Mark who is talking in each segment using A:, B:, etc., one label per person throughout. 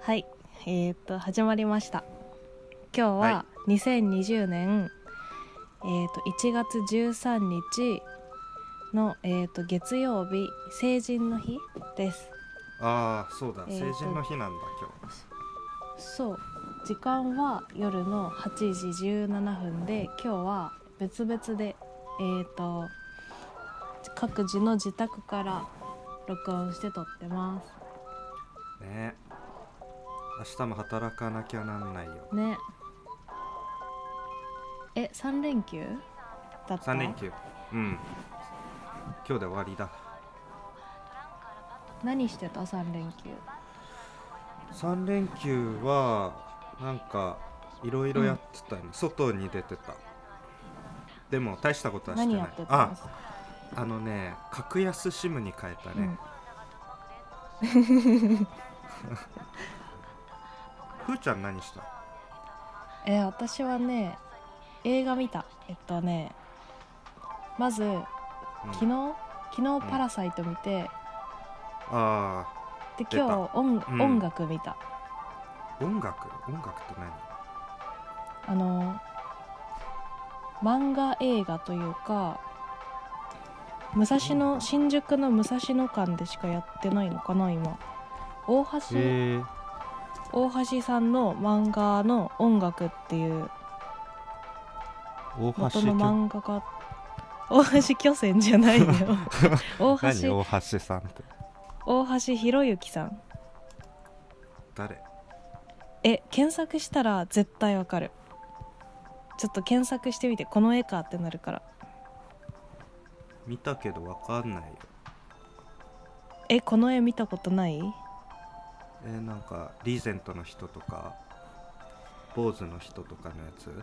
A: はい、えーっと始まりました。今日は
B: は
A: 2020年、えーっと1月13日のえーっと月曜日成人の日です。
B: ああそうだ、
A: えー
B: 成
A: と
B: 人の日なんだ今
A: そう、時間は夜の8時17分で、今日は別々でえーっと各自の自宅から録音して撮ってます。
B: 日ね明日も働かなきゃなんないよ
A: ねえ三連休だった
B: 3連休うん今日で終わりだ
A: 何してた三連休
B: 3連休はなんかいろいろやってたよね、外に出てたでも大したことはして
A: 何
B: な
A: や
B: い
A: ってた
B: ああのね格安シムに変えたね、ふーちゃん何した
A: えー私はね映画見たえっとねまず
B: うん
A: 昨日昨
B: ん
A: 日パラサイト見て、
B: あ
A: で
B: 出た
A: 今日音,、
B: うん
A: 音楽見た
B: あ音楽音楽って何
A: あの漫画映画というか武蔵
B: う
A: 野
B: ん
A: 新宿の武蔵野館でしかやってないのかな今大橋
B: へえ
A: 大橋さんの漫画の音楽っていう
B: 大
A: 元の漫画家大橋巨泉じゃない よ大
B: 何
A: 橋
B: 大橋さんって
A: 大橋博之さん
B: 誰
A: え検索したら絶対わかるちょっと検索してみてこの絵かってなるから
B: 見たけどわかんないよ
A: えこの絵見たことない
B: えーなんかリーゼントの人とか坊主の人とかのやつ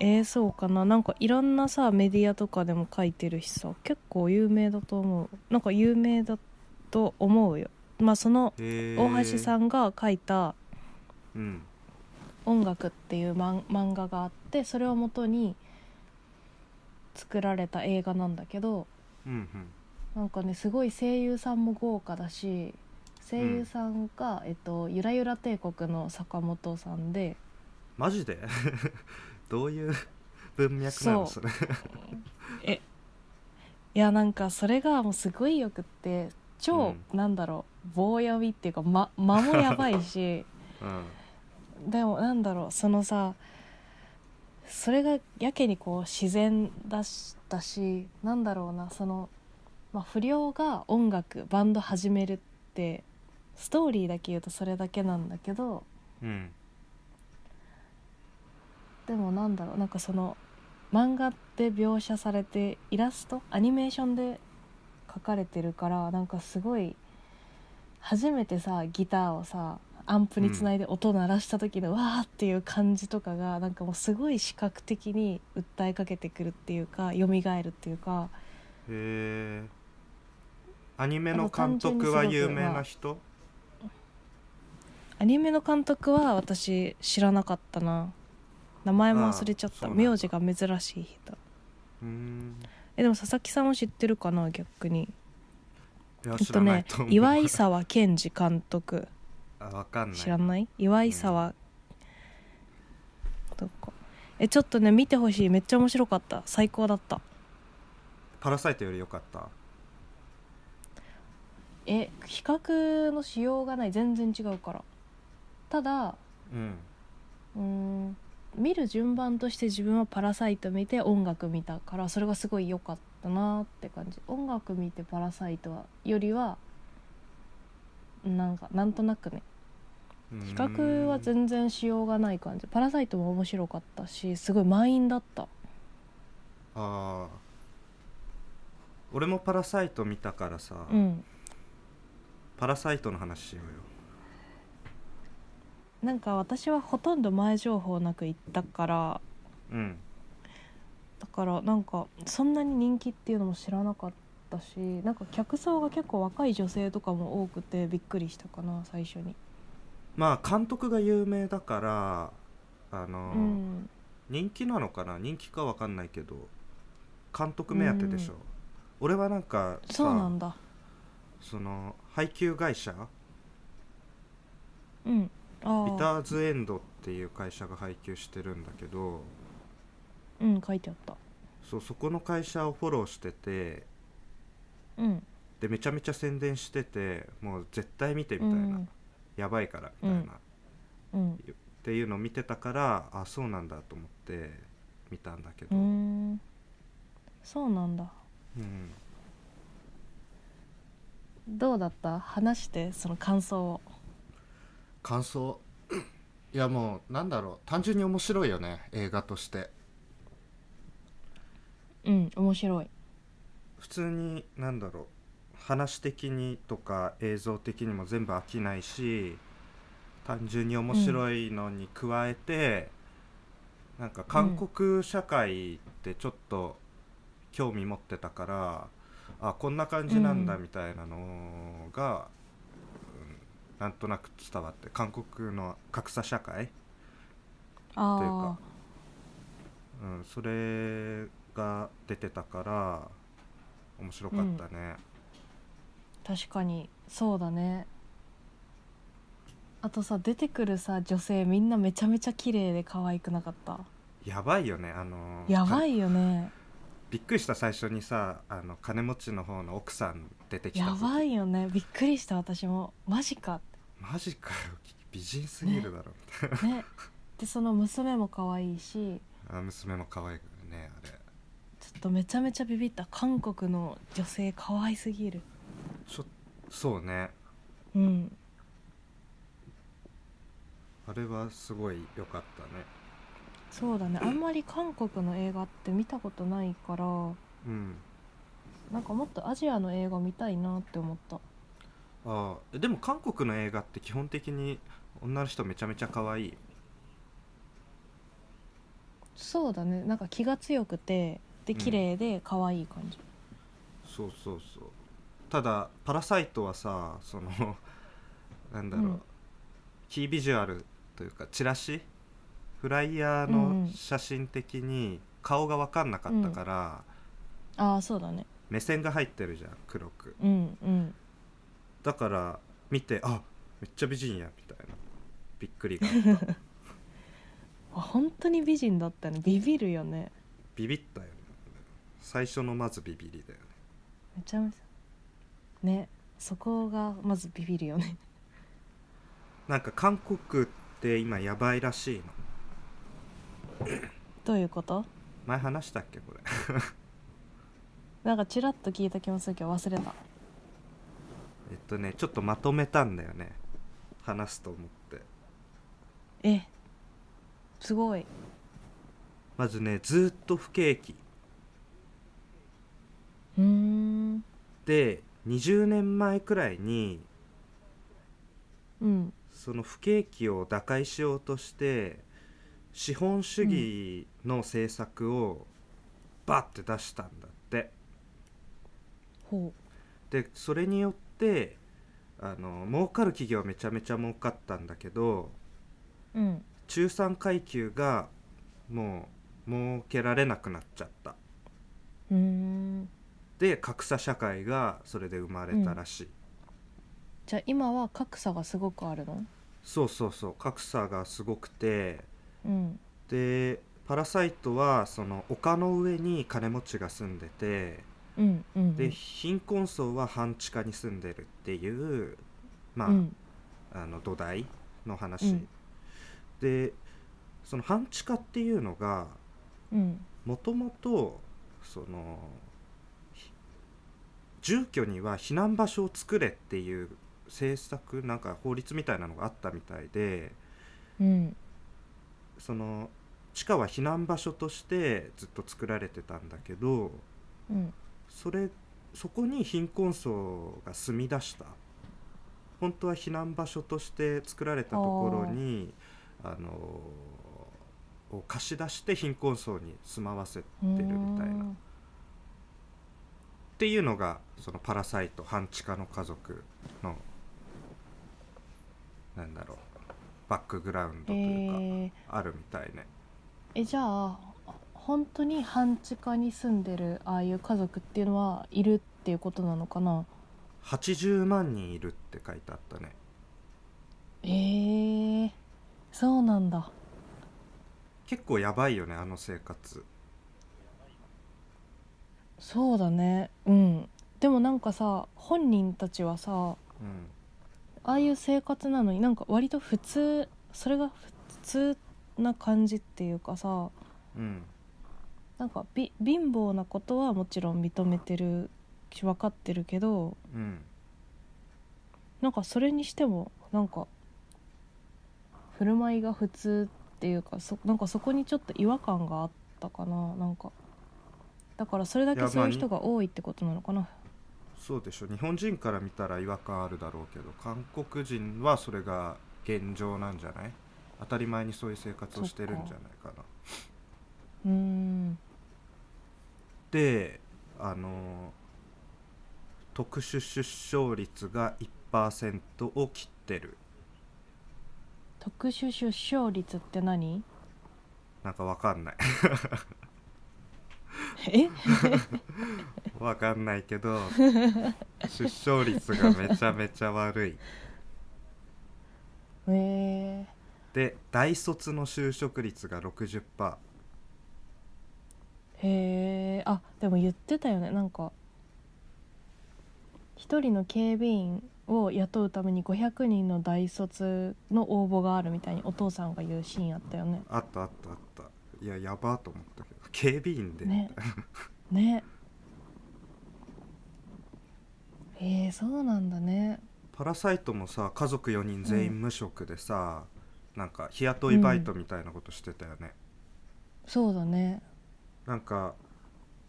A: えー、そうかななんかいろんなさメディアとかでも書いてるしさ結構有名だと思うなんか有名だと思うよまあその
B: へえ
A: 大橋さ
B: ん
A: んが書いた
B: うん
A: 「音楽」っていうマン漫画があってそれを元に作られた映画なんだけど
B: うんうん
A: なんかねすごい声優さんも豪華だし声優さんが、えっと、ゆらゆら帝国の坂本さんで
B: マジで どういう 文脈なの
A: そ
B: それ
A: いやなんかそれがもうすごいよくって超、なんだろう棒読みっていうか、ま、間もやばいし
B: うん
A: でもなんだろうそのさそれがやけにこう自然だしたしなんだろうなその、まあ、不良が音楽バンド始めるってストーリーだけ言うとそれだけなんだけど
B: うん
A: でもなんだろうなんかその漫画って描写されてイラストアニメーションで描かれてるからなんかすごい初めてさギターをさアンプにつないで音鳴らした時の、わーっていう感じとかがなんかもうすごい視覚的に訴えかけてくるっていうか蘇るっていうか
B: へえアニメの監督は有名な人
A: アニメの監督は私知らなかったな名前も忘れちゃっ
B: あ
A: た
B: あそうなんだ
A: 名字が珍しい人
B: うーん
A: えでも佐々木さんも知ってるかな逆に
B: いや
A: えっ
B: 知
A: と
B: らない
A: ね
B: と思う
A: 岩井沢健二監督
B: あわかんない
A: 知らないい岩井沢どこえちょっとね見てほしいめっちゃ面白かった最高だった
B: パラサイトより良かった
A: え比較のしようがない全然違うからただ
B: うん
A: うーん見る順番として自分は「パラサイト」見て音楽見たからそれがすごい良かったなって感じ音楽見て「パラサイトは」よりはなんかなんとなくね比較は全然しようがない感じパラサイトも面白かったしすごい満員だった
B: ああ俺も「パラサイト」見たからさ、
A: うん
B: パラサイトの話しようよ
A: なんか私はほとんど前情報なく行ったから
B: うん
A: だからなんかそんなに人気っていうのも知らなかったしなんか客層が結構若い女性とかも多くてびっくりしたかな最初に
B: まあ監督が有名だからあ
A: う
B: の、
A: ん
B: 人気なのかな人気かわかんないけど監督目当てでしょ、俺はなんかさ
A: そうなんだ
B: その配給会社
A: うんあ
B: ビ
A: あ
B: ターズエンドっていう会社が配給してるんだけど
A: うん書いてあった
B: そうそこの会社をフォローしてて
A: うん
B: でめちゃめちゃ宣伝しててもう絶対見てみ
A: う
B: たいな、
A: ん
B: やばいからみたいな、
A: うんうん
B: っていうのを見てたからあそうなんだと思って見たんだけ
A: う
B: ど、
A: ーんそうなんだ
B: うん
A: どうだった話してその感想を
B: 感想 いやもうなんだろう単純に面白いよね映画として
A: うん面白い
B: 普通になんだろう話的にとか映像的にも全部飽きないし単純に面白いのに加えて、なんか韓国社会ってちょっと興味持ってたから、あこんな感じなんだ
A: うん
B: みたいなのが、うんなんとなく伝わって韓国の格差社会、という
A: あ
B: かうん、それが出てたから面白かったね。
A: あ確かにそうだねあとさ出てくるさ女性みんなめちゃめちゃ綺麗で可愛くなかった
B: やばいよねあの
A: やば
B: か
A: いよね
B: びっくりした最初にさあの金持ちの方の奥さん出てきた
A: や
B: 時
A: ばいよねびっくりした私もマジか
B: マジかよ美人すぎるだろ、
A: ねでその娘も可愛いし
B: あ娘も可愛いからねあれ
A: ちょっとめちゃめちゃビビった韓国の女性可愛すぎる
B: ちょそうね
A: うん
B: あれはすごい良かったね
A: そうだねあんまり韓国の映画って見たことないから
B: うん
A: なんかもっとアジアの映画見たいなって思った
B: ああでも韓国の映画って基本的に女の人めちゃめちゃ可愛い
A: そうだねなんか気が強くてで
B: うん
A: 綺麗で可愛い感じ、
B: そうそうそうただ「パラサイト」はさその なんだろう、
A: うん
B: キービジュアルというかチラシフライヤー
A: うんう
B: の
A: ん
B: 写真的に顔が分かんなかったから、
A: ああそうだね
B: 目線が入ってるじゃん黒く
A: うんうん
B: だから見てあめっちゃ美人やみたいなびっくりがあった
A: あ本当に美人だったねビビるよね
B: ビビったよね最初のまずビビりだよね
A: めちゃめちゃねそこがまずビビるよね
B: なんか韓国って今やばいらしいの
A: どういうこと
B: 前話したっけこれ
A: なんかチラッと聞いた気もするけど忘れた
B: えっとねちょっとまとめたんだよね話すと思って
A: えすごい
B: まずねずーっと不景気
A: うーん
B: で20年前くらいに
A: うん
B: その不景気を打開しようとして資本主義の政策をバッて出したんだって、
A: ほ
B: でそれによってあの儲かる企業はめちゃめちゃ儲かったんだけど
A: ううん
B: 中産階級がもう儲けられなくなっちゃった
A: うーん
B: で格差社会がそれで生まれたらしい、
A: じゃあ今は格差がすごくあるの
B: そうそうそう格差がすごくて
A: うん
B: で「パラサイト」はその丘の上に金持ちが住んでて
A: うんうんうん
B: で貧困層は半地下に住んでるっていうまあ,、
A: うん
B: あの土台の話、
A: うん
B: でその半地下っていうのが
A: うん
B: もともとそのひ住居には避難場所を作れっていう政策なんか法律みたいなのがあったみたいで
A: うん
B: その地下は避難場所としてずっと作られてたんだけど
A: うん
B: それそこに貧困層が住み出した本当は避難場所として作られたところにあのを貸し出して貧困層に住まわせてるみたいな。っていうのがその「パラサイト半地下の家族の」なんだろうバックグラウンド
A: え
B: というか、
A: ー、
B: あるみたいね
A: えじゃあ本当に半地下に住んでるああいう家族っていうのはいるっていうことなのかな
B: 80万人いるって書いてあったね
A: えー、そうなんだ
B: 結構やばいよねあの生活
A: そうだねうんでもなんかさ本人たちはさ
B: うん
A: ああいう生活なのになんか割と普通それが普通な感じっていうかさ
B: うん
A: なんかび貧乏なことはもちろん認めてるし分かってるけど
B: うん
A: なんかそれにしてもなんか振る舞いが普通っていうかそなんかそこにちょっと違和感があったかななんかだからそれだ
B: い
A: け
B: や
A: そうい
B: まあ
A: う人が多いってことなのかな
B: そうでしょ日本人から見たら違和感あるだろうけど韓国人はそれが現状なんじゃない当たり前にそういう生活をしてるんじゃないかな
A: うーん
B: であの特殊出生率が1%を切ってる
A: 特殊出生率って何
B: なんかわかんない
A: え
B: わかんないけど出生率がめちゃめちゃ悪い
A: えー、
B: で大卒の就職率が60%
A: へえあでも言ってたよねなんか一人の警備員を雇うために500人の大卒の応募があるみたいにお父さんが言うシーンあったよね
B: あったあったあったいややばと思ったけど警備員で、
A: ねねえー、そうなんだね
B: パラサイトもさ家族4人全員無職でさ、なんか日雇いバイトみたいなことしてたよね、
A: そうだね
B: なんか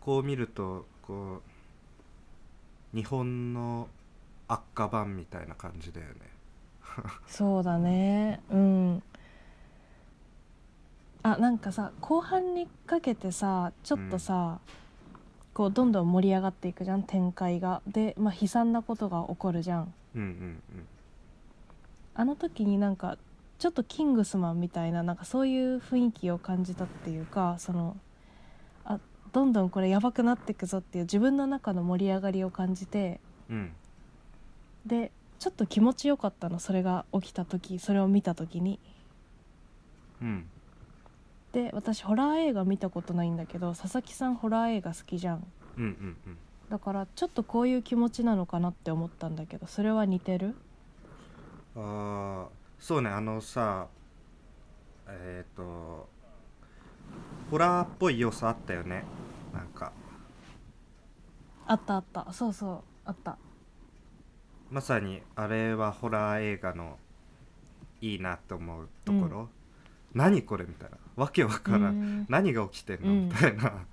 B: こう見るとこう日本の悪化版みたいな感じだよね
A: そうだねうんあなんかさ後半にかけてさちょっとさ、こうどんどん盛り上がっていくじゃん展開がで、まあ、悲惨なことが起こるじゃん
B: うんうん
A: あの時になんかちょっとキングスマンみたいななんかそういう雰囲気を感じたっていうかそのあどんどんこれやばくなってくぞっていう自分の中の盛り上がりを感じて
B: うんうん
A: でちょっと気持ちよかったのそれが起きた時それを見た時に
B: うん
A: で私ホラー映画見たことないんだけど佐々木さんホラー映画好きじゃん
B: うんうんうん
A: だからちょっとこういう気持ちなのかなって思ったんだけどそれは似てる
B: あーそうねあのさえっ、とホラーっぽい要素あったよねなんか
A: あったあったそうそうあった
B: まさにあれはホラー映画のいいなと思うところ、何これみたいなわけわから
A: うんん
B: 何が起きてんの
A: うん
B: みたいな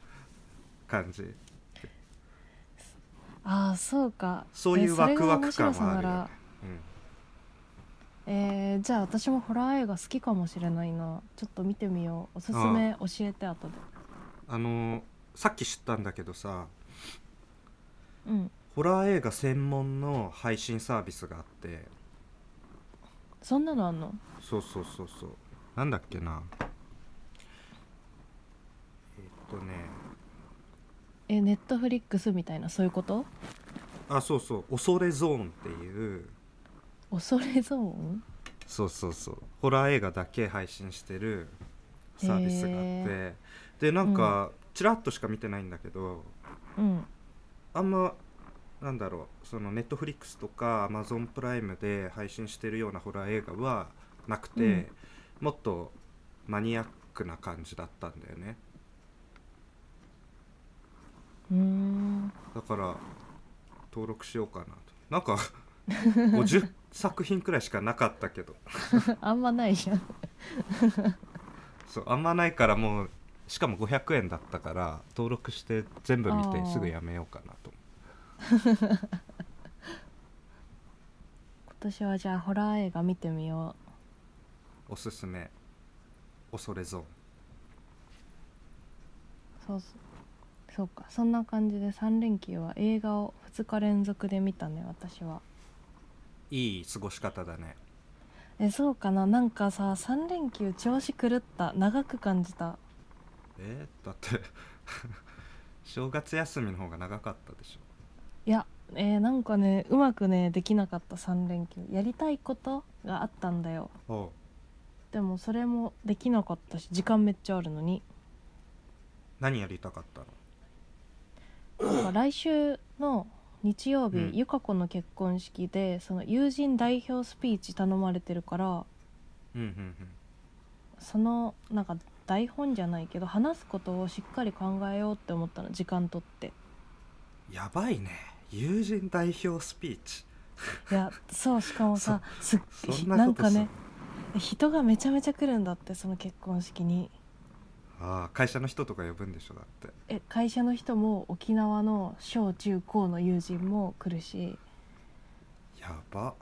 B: 感じ、
A: ああそうか
B: そういうワクワ
A: え
B: ク感
A: それが面白さ
B: はあ
A: な
B: るよ
A: ら
B: ね、うん、
A: えーじゃあ私もホラー映画好きかもしれないなちょっと見てみようおすすめ教えて後で
B: あのーさっき知ったんだけどさ
A: うん
B: ホラー映画専門の配信サービスがあって
A: そんなのあんの
B: そうそうそうそうなんだっけなえっとね
A: えネットフリックスみたいなそういうこと
B: あそうそう「恐れゾーン」っていう
A: 恐れゾーン
B: そうそうそうホラー映画だけ配信してるサービスがあ
A: へ
B: ってでなんかちらっとしか見てないんだけど、
A: うん
B: あんまなんだろうそのネットフリックスとかアマゾンプライムで配信してるようなホラー映画はなくて、
A: うん
B: もっとマニアックな感じだったんだよね
A: うーん
B: だから登録しようかなとなん か50作品くらいしかなかったけど
A: あんまないじゃん
B: そうあんまないからもうしかも500円だったから登録して全部見
A: あ
B: て
A: ー
B: すぐやめようかなと
A: 今年はじゃあホラー映画見てみよ
B: おすすめ恐れゾーン
A: うそうそうそうかそんな感じで3連休は映画を2日連続で見たね私はい
B: い過ごし方だね
A: えそうかななんかさ3連休調子狂った長く感じた
B: えーだって正月休みの方が長かったでしょ
A: いやえーなんかねうまくねできなかった3連休やりたいことがあったんだよ
B: おう
A: でもそれもできなかったし時間めっちゃあるのに
B: 何やりたかったの
A: なんか来週の日曜日、
B: うん
A: ゆか子の結婚式でその友人代表スピーチ頼まれてるから
B: うんうんうん
A: そのなんか台本じゃないけど話すことをしっかり考えようって思ったの時間取って
B: やばいね友人代表スピーチ
A: いやそうしかもさすっ
B: そん
A: な
B: なんこと
A: か
B: する
A: ね人がめちゃめちゃ来るんだってその結婚式に
B: ああ会社の人とか呼ぶんでしょだって
A: え会社の人も沖縄の小中高の友人も来るし
B: やば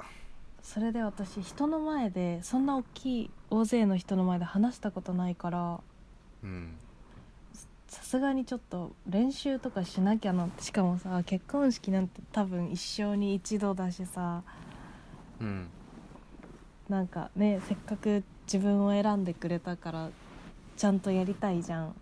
A: それで私人の前でそんな大きい大勢の人の前で話したことないから
B: うん
A: さすがにちょっと練習とかしなきゃなってしかもさ結婚式なんて多分一生に一度だしさ
B: うん
A: なんかねせっかく自分を選んでくれたからちゃんとやりたいじゃん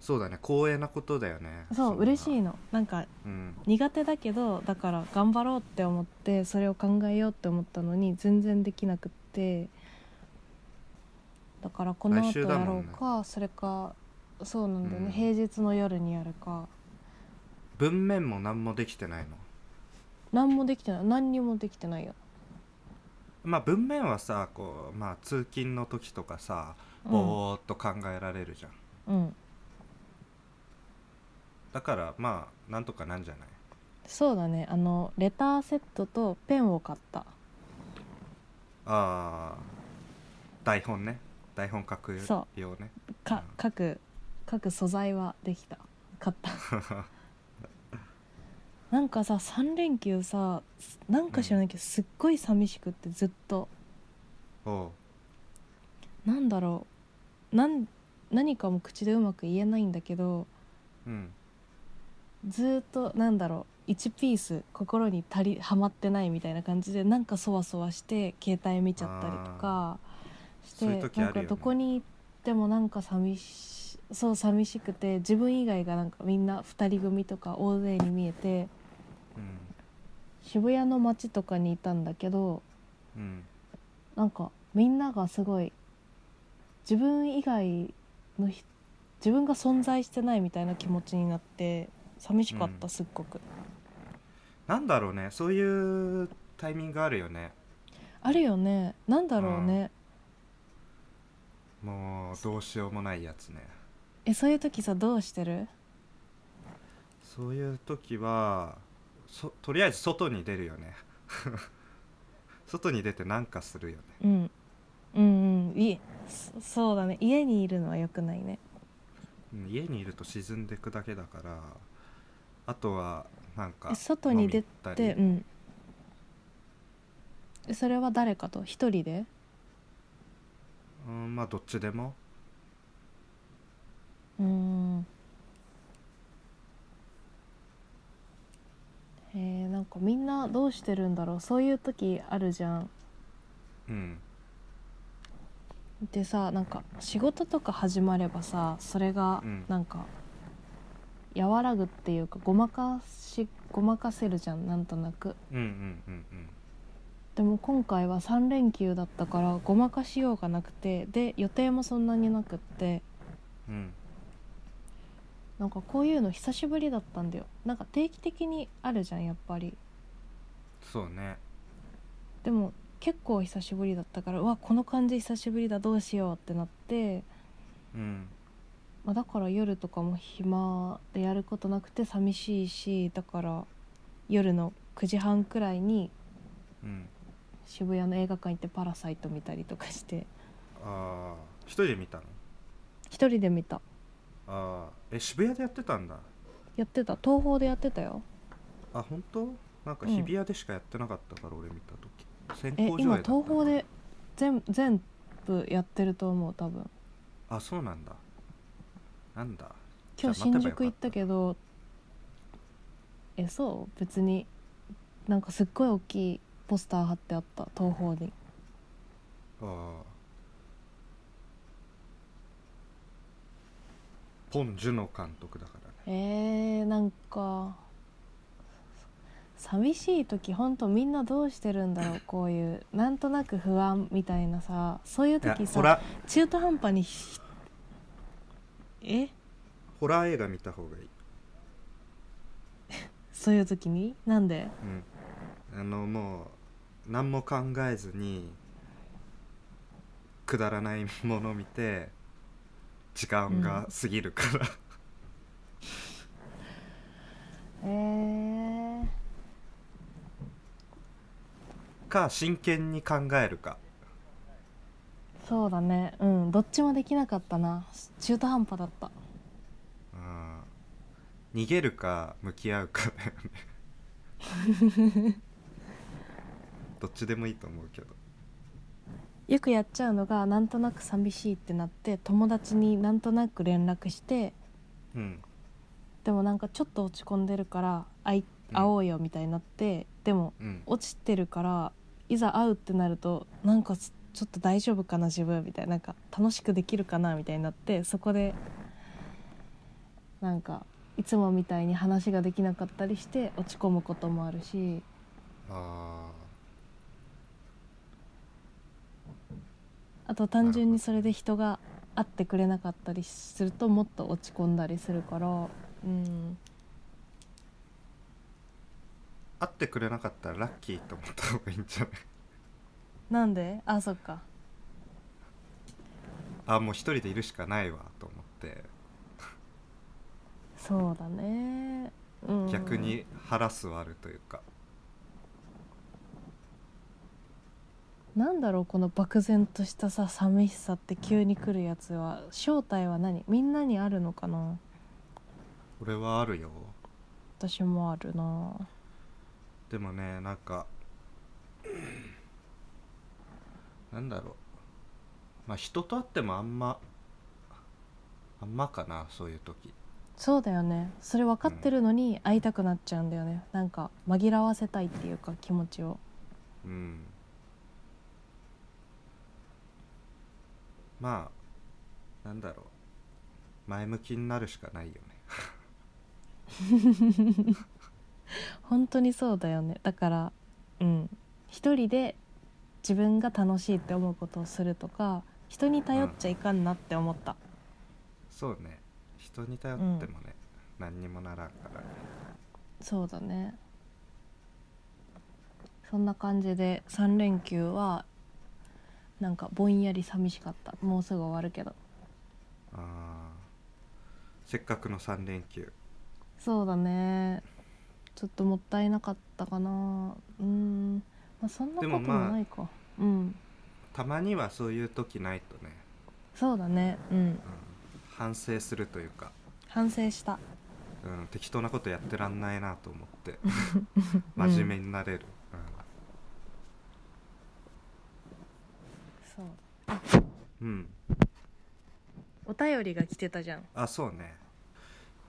B: そうだね光栄なことだよね
A: そう嬉しい
B: い
A: のなんか
B: うん
A: 苦手だけどだから頑張ろうって思ってそれを考えようって思ったのに全然できなくってだからこの
B: 来
A: 後
B: 週だ
A: や
B: もん
A: ろ
B: ね
A: うか、それかそうなんだよね、
B: うん
A: 平日の夜にやるか
B: 文面も何もできてないの
A: 何もできてない何にもできてないよ、
B: まあ文面はさこう、まあ、通勤の時とかさ
A: うん
B: ぼーっと考えられるじゃん、
A: うん、
B: だからまあなんとかなんじゃない
A: そうだねあのレターセットとペンを買った
B: あー台本ね台本書く
A: そ
B: ようね
A: か書く書く素材はできた買ったなんかさ3連休さなんか知らないけど、すっごい寂しくってずっと
B: おう
A: なんだろうなん何かも口でうまく言えないんだけど
B: うん
A: ずーっとなんだろう1ピース心に足りはまってないみたいな感じでなんかそわそわして携帯見ちゃったりとかして
B: そういう時
A: な
B: あるよ
A: ん
B: ね
A: かどこに行ってもなんか寂しそう寂しくて自分以外がなんかみんな2人組とか大勢に見えて
B: うん
A: 渋谷の街とかにいたんだけど
B: うん
A: なんかみんながすごい自分以外のひ自分が存在してないみたいな気持ちになって寂しかった、
B: うん
A: すっごく
B: なんだろうねそういうタイミングあるよね
A: あるよねなんだろうね、
B: もうどうしようもないやつね
A: えそういう時さどうしてる
B: そういう時はそとりあえず外に出るよね 外に出てなんかするよね
A: うんうんうんいいそそうだね家にいるのは良くないね
B: うん家にいると沈んでくだけだからあとはなんか
A: え外に出
B: 飲み行
A: で
B: った
A: う
B: り
A: んえそれは誰かと一人で
B: うんまあどっちでも
A: うーんえー、なんかみんなどうしてるんだろうそういう時あるじゃん
B: うん
A: でさなんか仕事とか始まればさそれが
B: うん
A: なんか和らぐっていうかごまかしごまかせるじゃんなんとなく
B: うんうんうんうん
A: でも今回は3連休だったからごまかしようがなくてで予定もそんなになくって
B: うん
A: なんかこういうの久しぶりだったんだよなんか定期的にあるじゃんやっぱり
B: そうね
A: でも結構久しぶりだったからうわこの感じ久しぶりだどうしようってなって、
B: うん
A: まあ、だから夜とかも暇でやることなくて寂しいしだから夜の9時半くらいに
B: うん
A: 渋谷の映画館行って「パラサイト」見たりとかして
B: ああ一人で見たの
A: 一人で見た
B: ああえ渋谷でやってたんだ
A: やってた東宝でやってたよ
B: あ本当なんか
A: うん
B: 日比谷でしかやってなかったから、俺見た時先
A: え
B: 行上
A: 今
B: 映だったの
A: 東宝で全全部やってると思う多分
B: あそうなんだなんだ
A: 今日
B: じゃあ
A: 新
B: 待てばよか
A: 宿
B: った
A: 行ったけどえそう別になんかすっごい大きいポスター貼ってあった東宝に
B: ああポン・ジュノ監督だからね
A: えー、なんか寂しい時ほんとみんなどうしてるん だろうこういうなんとなく不安みたいなさそういう
B: いや
A: 時
B: ホ
A: さ
B: ラ
A: 中途半端にひえ
B: ホラー映画見た方がいい、
A: そういう時になんで
B: うん、あのもう何も考えずにくだらないもの見て時間が過ぎるから、
A: えー、
B: か真剣に考えるか
A: そうだねうんどっちもできなかったな中途半端だった
B: うん逃げるか向き合うかだよねどっちでもいいと思うけど
A: よくやっちゃうのがなんとなく寂しいってなって友達になんとなく連絡して
B: うん
A: でもなんかちょっと落ち込んでるからあい
B: うん
A: 会おうよみたいになって、でも
B: うん
A: 落ちてるからいざ会うってなるとなんかすちょっと大丈夫かな自分みたいななんか楽しくできるかなみたいになってそこでなんかいつもみたいに話ができなかったりして落ち込むこともあるし
B: あ
A: あと単純にそれで人が会ってくれなかったりするともっと落ち込んだりするからうん
B: ー会ってくれなかったらラッキーと思った方がいいんじゃない
A: なんであそっか
B: あもう一人でいるしかないわと思って
A: そうだね、うん、
B: 逆に腹すわるというか
A: なんだろうこの漠然としたさ寂しさって急に来るやつは正体は何みんなにあるのかな
B: 俺はあるよ
A: 私もあるな
B: でもねなんかなんだろうまあ人と会ってもあんまあんまかなそういう時
A: そうだよねそれ分かってるのに会いたくなっちゃうんだよねなんか紛らわせたいっていうか気持ちを
B: うんまあなんだろう前向きになるしかないよね
A: 本当にそうだよねだからうん一人で自分が楽しいって思うことをするとか人に頼っちゃいかんなって思った、
B: そうね人に頼ってもね、何にもならんからね
A: そうだねそんな感じで3連休はなんかぼんやり寂しかったもうすぐ終わるけど
B: あーせっかくの3連休
A: そうだねちょっともったいなかったかなうんまあそんなこ
B: で
A: と
B: も
A: も
B: まあ
A: ないか、うん
B: たまにはそういう時ないとね、
A: そうだねうん
B: うん、反省するというか、
A: 反省した
B: うん、適当なことやってらんないなと思って真面目になれる、
A: そう
B: うんうん、
A: お便りが来てたじゃん
B: あそうね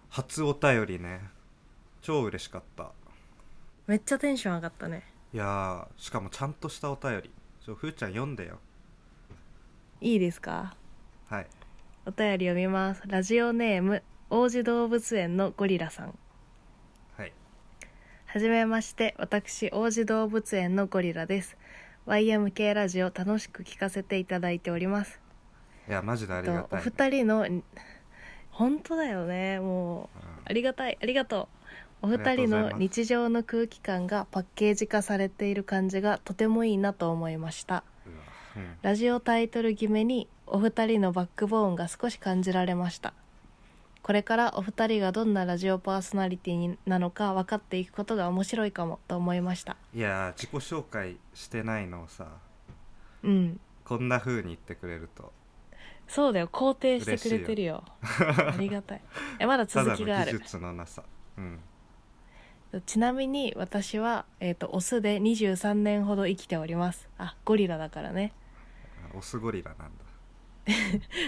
B: 初お便りね超嬉しかった
A: めっちゃテンション上がったね
B: いやーしかもちゃんとしたお便りちょふーちゃん読んでよ
A: いいですか
B: はい
A: お便り読みますラジオネーム王子動物園のゴリラさん
B: はい
A: はじめまして、私、王子動物園のゴリラです。YMK ラジオ楽しく聞かせていただいております。
B: いやマジでありが
A: とお
B: たいね、
A: 二人の、本当だよね、もう、ありがたい、ありがとう。お
B: ありが
A: 二
B: とうご
A: 人
B: ざいます
A: の日常の空気感がパッケージ化されている感じがとてもいいなと思いました。
B: うんうわうん
A: ラジオタイトル決めにお二人のバックボーンが少し感じられましたこれからお二人がどんなラジオパーソナリティなのか分かっていくことが面白いかもと思いました
B: いやー自己紹介してないのをさ
A: うん
B: こんな風に言ってくれると
A: そうだよ肯定してくれてるよありがたいえまだ
B: た
A: 続
B: だ
A: き
B: の
A: があ
B: 技
A: る
B: 術のなさうん
A: ちなみに私は、えー、とオスで23年ほど生きておりますあゴリラだからね
B: あオスゴリラなんだ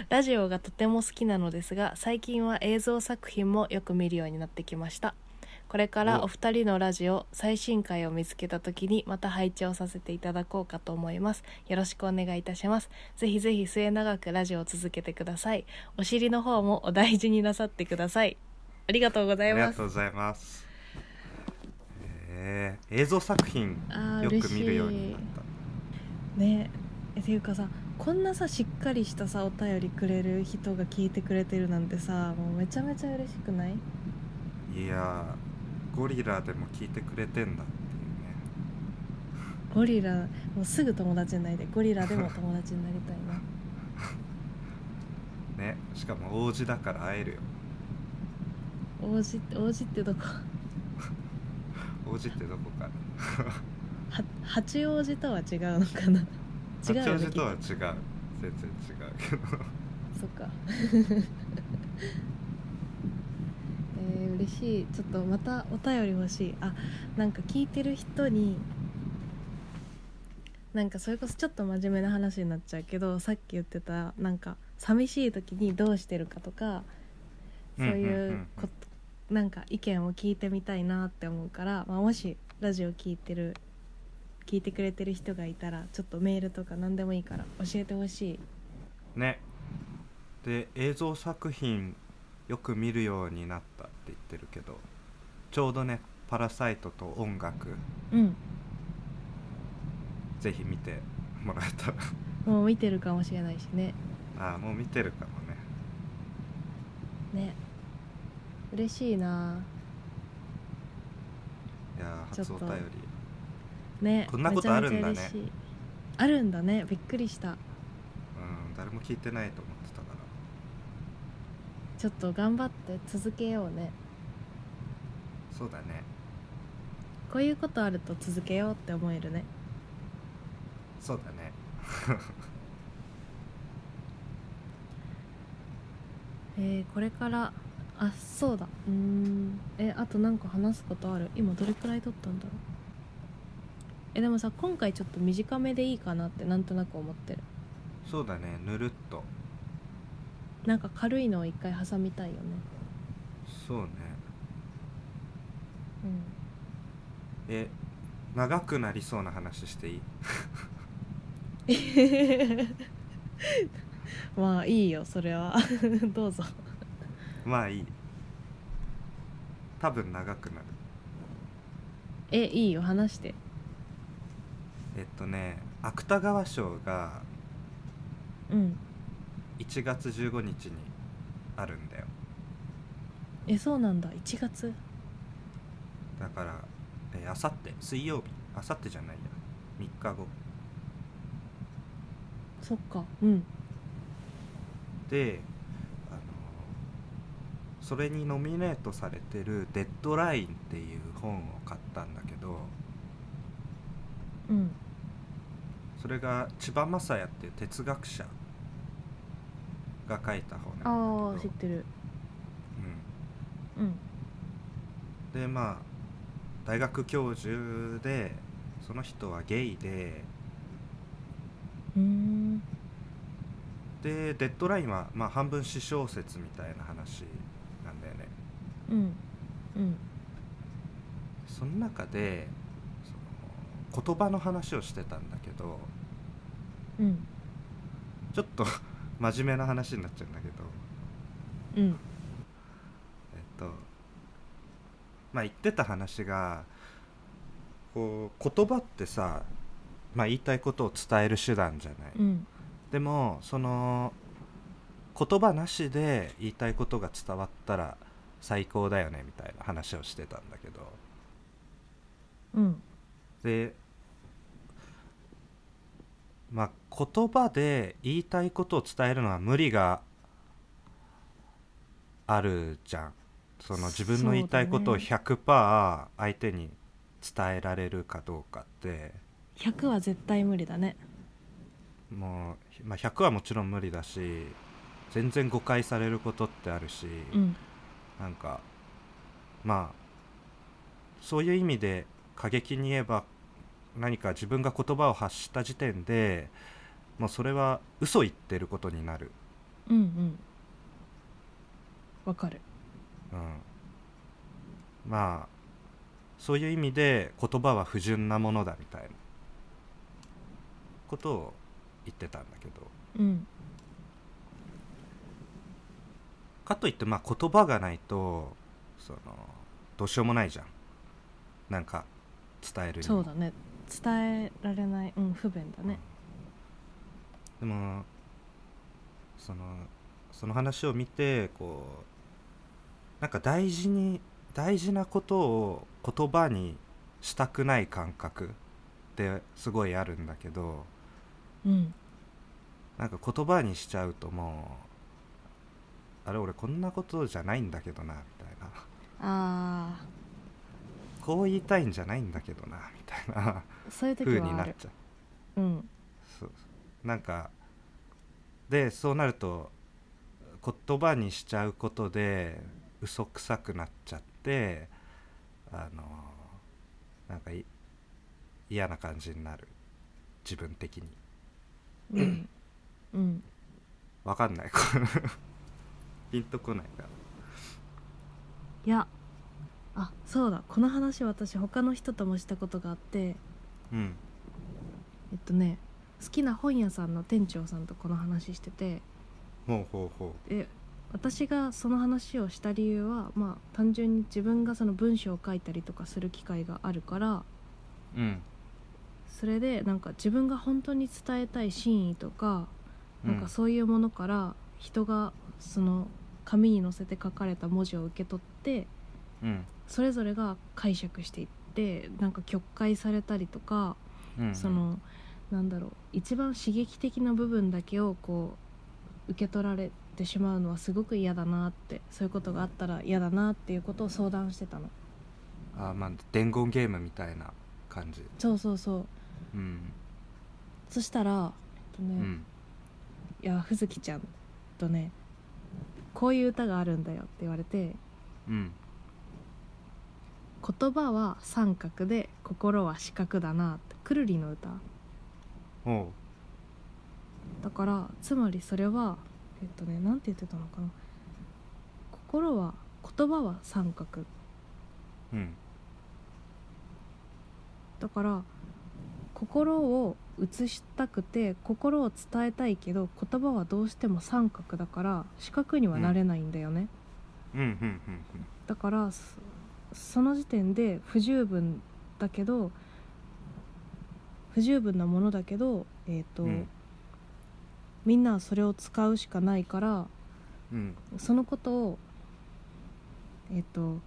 A: ラジオがとても好きなのですが最近は映像作品もよく見るようになってきましたこれから
B: お
A: お二人のラジオ最新回を見つけた時にまた拝聴させていただこうかと思いますよろしくお願いいたしますぜひぜひ末永くラジオを続けてくださいお尻の方もお大事になさってくださいありがとうござ
B: あ
A: い
B: りが
A: ます
B: とうございますえー、映像作品
A: あー
B: よく見るよう
A: 嬉
B: に
A: し
B: なった
A: いねえっていうかさこんなさしっかりしたさお便りくれる人が聞いてくれてるなんてさもうめちゃめちゃ嬉しくない
B: いやーゴリラでも聞いてくれてんだって
A: ゴリラもうすぐ友達になりたいゴリラで も友達になりたいな
B: いうねねしかも王子だから会えるよ
A: 王子王子ってどこ
B: 王子ってどこかね
A: は八王子とは違うのかな違う
B: 八
A: よ
B: 王
A: ね
B: 子とは違う
A: きっ
B: 全然違うけ
A: と
B: ど
A: そっか えー、嬉しいちょっとまたお便り欲しいあなんか聞いてる人になんかそれこそちょっと真面目な話になっちゃうけどさっき言ってたなんか寂しい時にどうしてるかとかそうい
B: んうんうんう
A: うんことなんか意見を聞いてみたいなって思うから、まあ、もしラジオ聞いてる聞いてくれてる人がいたらちょっとメールとか何でもいいから教えてほしい
B: ねで映像作品よく見るようになったって言ってるけどちょうどね「パラサイト」と音楽
A: うん
B: ぜひ見てもらえたら
A: もう見てるかもしれないしね
B: ああもう見てるかもね
A: ね嬉しいない
B: やー
A: ちょっ
B: 初
A: と
B: お便り
A: ね
B: こんなことあるんだね
A: めちゃめちゃ嬉しいあるんだねびっくりした
B: うん誰も聞いてないと思ってたから
A: ちょっと頑張って続けようね
B: そうだね
A: こういうことあると続けようって思えるね
B: そうだね
A: えー、これからあそうだうーんえあと何か話すことある今どれくらい撮ったんだろうえでもさ今回ちょっと短めでいいかなってなんとなく思ってる
B: そうだねぬるっと
A: なんか軽いのを一回挟みたいよね
B: そうね
A: うん
B: え長くなりそうな話していい
A: まあいいよそれは どうぞ
B: まあいい多分長くなる
A: えいいよ話して
B: えっとね芥川賞が
A: うん
B: 1月15日にあるんだよ
A: えそうなんだ1月
B: だからえあさって水曜日あさってじゃないや3日後
A: そっかうん
B: であのそれにノミネートされてる「デッドライン」っていう本を買ったんだけど
A: うん
B: それが千葉雅也っていう哲学者が書いた本な
A: あ
B: ん
A: あ
B: だ
A: 知
B: け
A: っ
B: ど、
A: てる
B: う
A: うん
B: ん、でまあ大学教授でその人はゲイで
A: うーん
B: でデッドラインは、まあ、半分私小説みたいな話なんだよね
A: うんうん
B: その中でその言葉の話をしてたんだけど
A: うん
B: ちょっと 真面目な話になっちゃうんだけど
A: うん
B: えっとまあ言ってた話がこう言葉ってさ、まあ、言いたいことを伝える手段じゃない、
A: うん
B: でもその言葉なしで言いたいことが伝わったら最高だよねみたいな話をしてたんだけど
A: うん
B: でまあ言葉で言いたいことを伝えるのは無理があるじゃんその自分の言いたいことを
A: そ
B: 100%相手に伝えられるかどうかって
A: 100は絶対無理だね
B: もう、まあ、100はもちろん無理だし全然誤解されることってあるし、
A: うん
B: なんかまあそういう意味で過激に言えば何か自分が言葉を発した時点でもうそれは嘘言ってることになる、
A: うんうんわかる
B: うん、まあそういう意味で言葉は不純なものだみたいなことを言ってたんだけど
A: うん
B: かといってまあ言葉がないとそのどうしようもないじゃんなんか伝えるに
A: そ
B: も
A: うだね伝えられない、うん、不便だね
B: うんでもそのその話を見てこうなんか大事に大事なことを言葉にしたくない感覚ってすごいあるんだけど
A: うん
B: なんか言葉にしちゃうともうあれ俺こんなことじゃないんだけどなみたいな
A: あ
B: こう言いたいんじゃないんだけどなみたいな
A: ーそういう時
B: 風に
A: は
B: な
A: あ
B: っ
A: る
B: ちゃう。
A: うん
B: そうなんかでそうなると言葉にしちゃうことで嘘くさくなっちゃってあのなんかい嫌な感じになる自分的に
A: うんうん
B: わかんない これピンとこないか
A: いやあそうだこの話私他の人ともしたことがあって
B: うん
A: えっとね好きな本屋さんの店長さんとこの話してて
B: ほうほうほ
A: で私がその話をした理由はまあ単純に自分がその文章を書いたりとかする機会があるから
B: ううん
A: それでなんか自分が本当に伝えたい真意とか
B: う
A: なんかそういうものから人がその紙に載せて書かれた文字を受け取って
B: うん
A: それぞれが解釈していってなんか曲解されたりとか、
B: うん
A: そのなんだろう一番刺激的な部分だけをこう受け取られてしまうのはすごく嫌だなってそういうことがあったら嫌だなっていうことを相談してたの
B: あまあ伝言ゲームみたいな感じ
A: そうそうそう
B: うん
A: そしたら、えっとね
B: うん
A: いやふずきちゃんとねこういう歌があるんだよって言われて
B: うん
A: 言葉は三角で心は四角だなってくるりの歌
B: ほ
A: だからつまりそれはえっとねなんて言ってたのかな心は言葉は三角
B: ううん
A: だから心を映したくて心を伝えたいけど言葉はどうしても三角だから四角にはなれないんだよね、
B: うんうんうんうん
A: だからそその時点で不十分だけど不十分なものだけど、えーと
B: うん
A: みんなはそれを使うしかないから
B: うん
A: そのことをえっ、と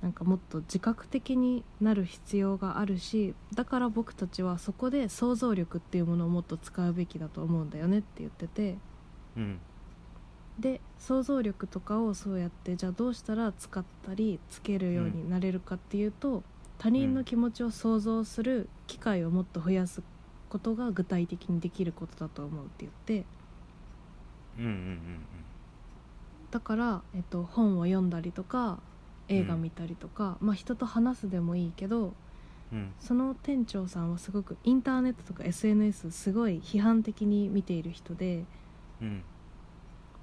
A: なんかもっと自覚的になる必要があるしだから僕たちはそこで想像力っていうものをもっと使うべきだと思うんだよねって言ってて
B: うん
A: で想像力とかをそうやってじゃあどうしたら使ったりつけるようになれるかっていうと、他人の気持ちを想像する機会をもっと増やすことが具体的にできることだと思うって言って。
B: うんうんうん
A: だから、えっと、本を読んだりとか映画
B: うん
A: 見たりとか、まあ、人と話すでもいいけど
B: うんうん
A: その店長さんはすごくインターネットとか SNS すごい批判的に見ている人で
B: うん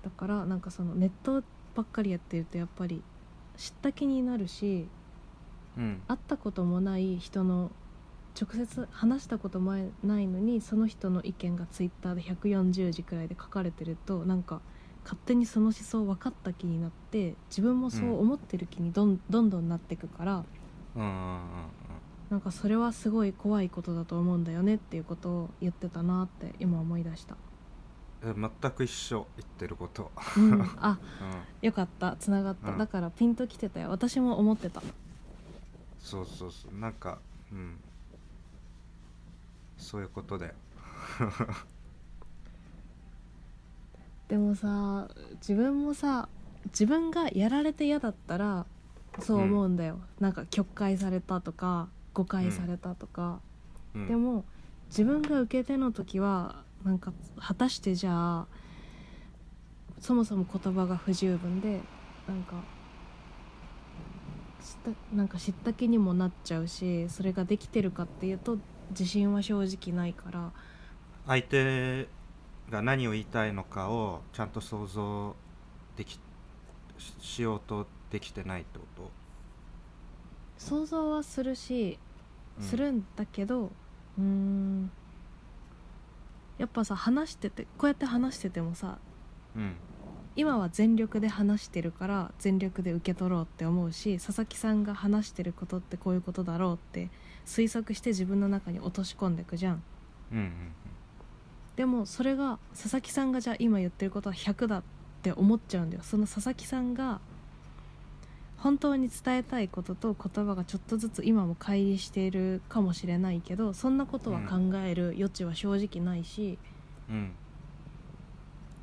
A: だからなんかそのネットばっかりやってるとやっぱり知った気になるし
B: うん
A: 会ったこともない人の直接話したこともないのにその人の意見がツイッターで140字くらいで書かれてるとなんか勝手にその思想分かった気になって自分もそう思ってる気にどん,、どんどんなってくから
B: うんうん
A: なんかそれはすごい怖いことだと思うんだよねっていうことを言ってたなって今思い出した、
B: うんえ全く一緒言ってること、
A: うん、あ
B: うん、
A: よかったつながった、
B: うん
A: だからピンときてたよ私も思ってた
B: そうそうそうなんかうんそういうことだよ
A: でもさ自分もさ自分がやられて嫌だったらそう思うんだよ、なんか曲解されたとか誤解されたとか、
B: うん
A: でも自分が受け手の時はなんか果たしてじゃあそもそも言葉が不十分でなんか知ったなんか知った気にもなっちゃうしそれができてるかっていうと自信は正直ないから
B: 相手が何を言いたいのかをちゃんと想像できししようとできてないってこと、
A: 想像はするし
B: うん
A: するんだけどうーんやっぱさ話しててこうやって話しててもさ
B: うん
A: 今は全力で話してるから全力で受け取ろうって思うし佐々木さんが話してることってこういうことだろうって推測して自分の中に落とし込んでいくじゃん
B: うんうん
A: でもそれが佐々木さんがじゃあ今言ってることは100だって思っちゃうんだよその佐々木さんが本当に伝えたいことと言葉がちょっとずつ今も乖離しているかもしれないけどそんなことは考える余地は正直ないし、
B: うんうん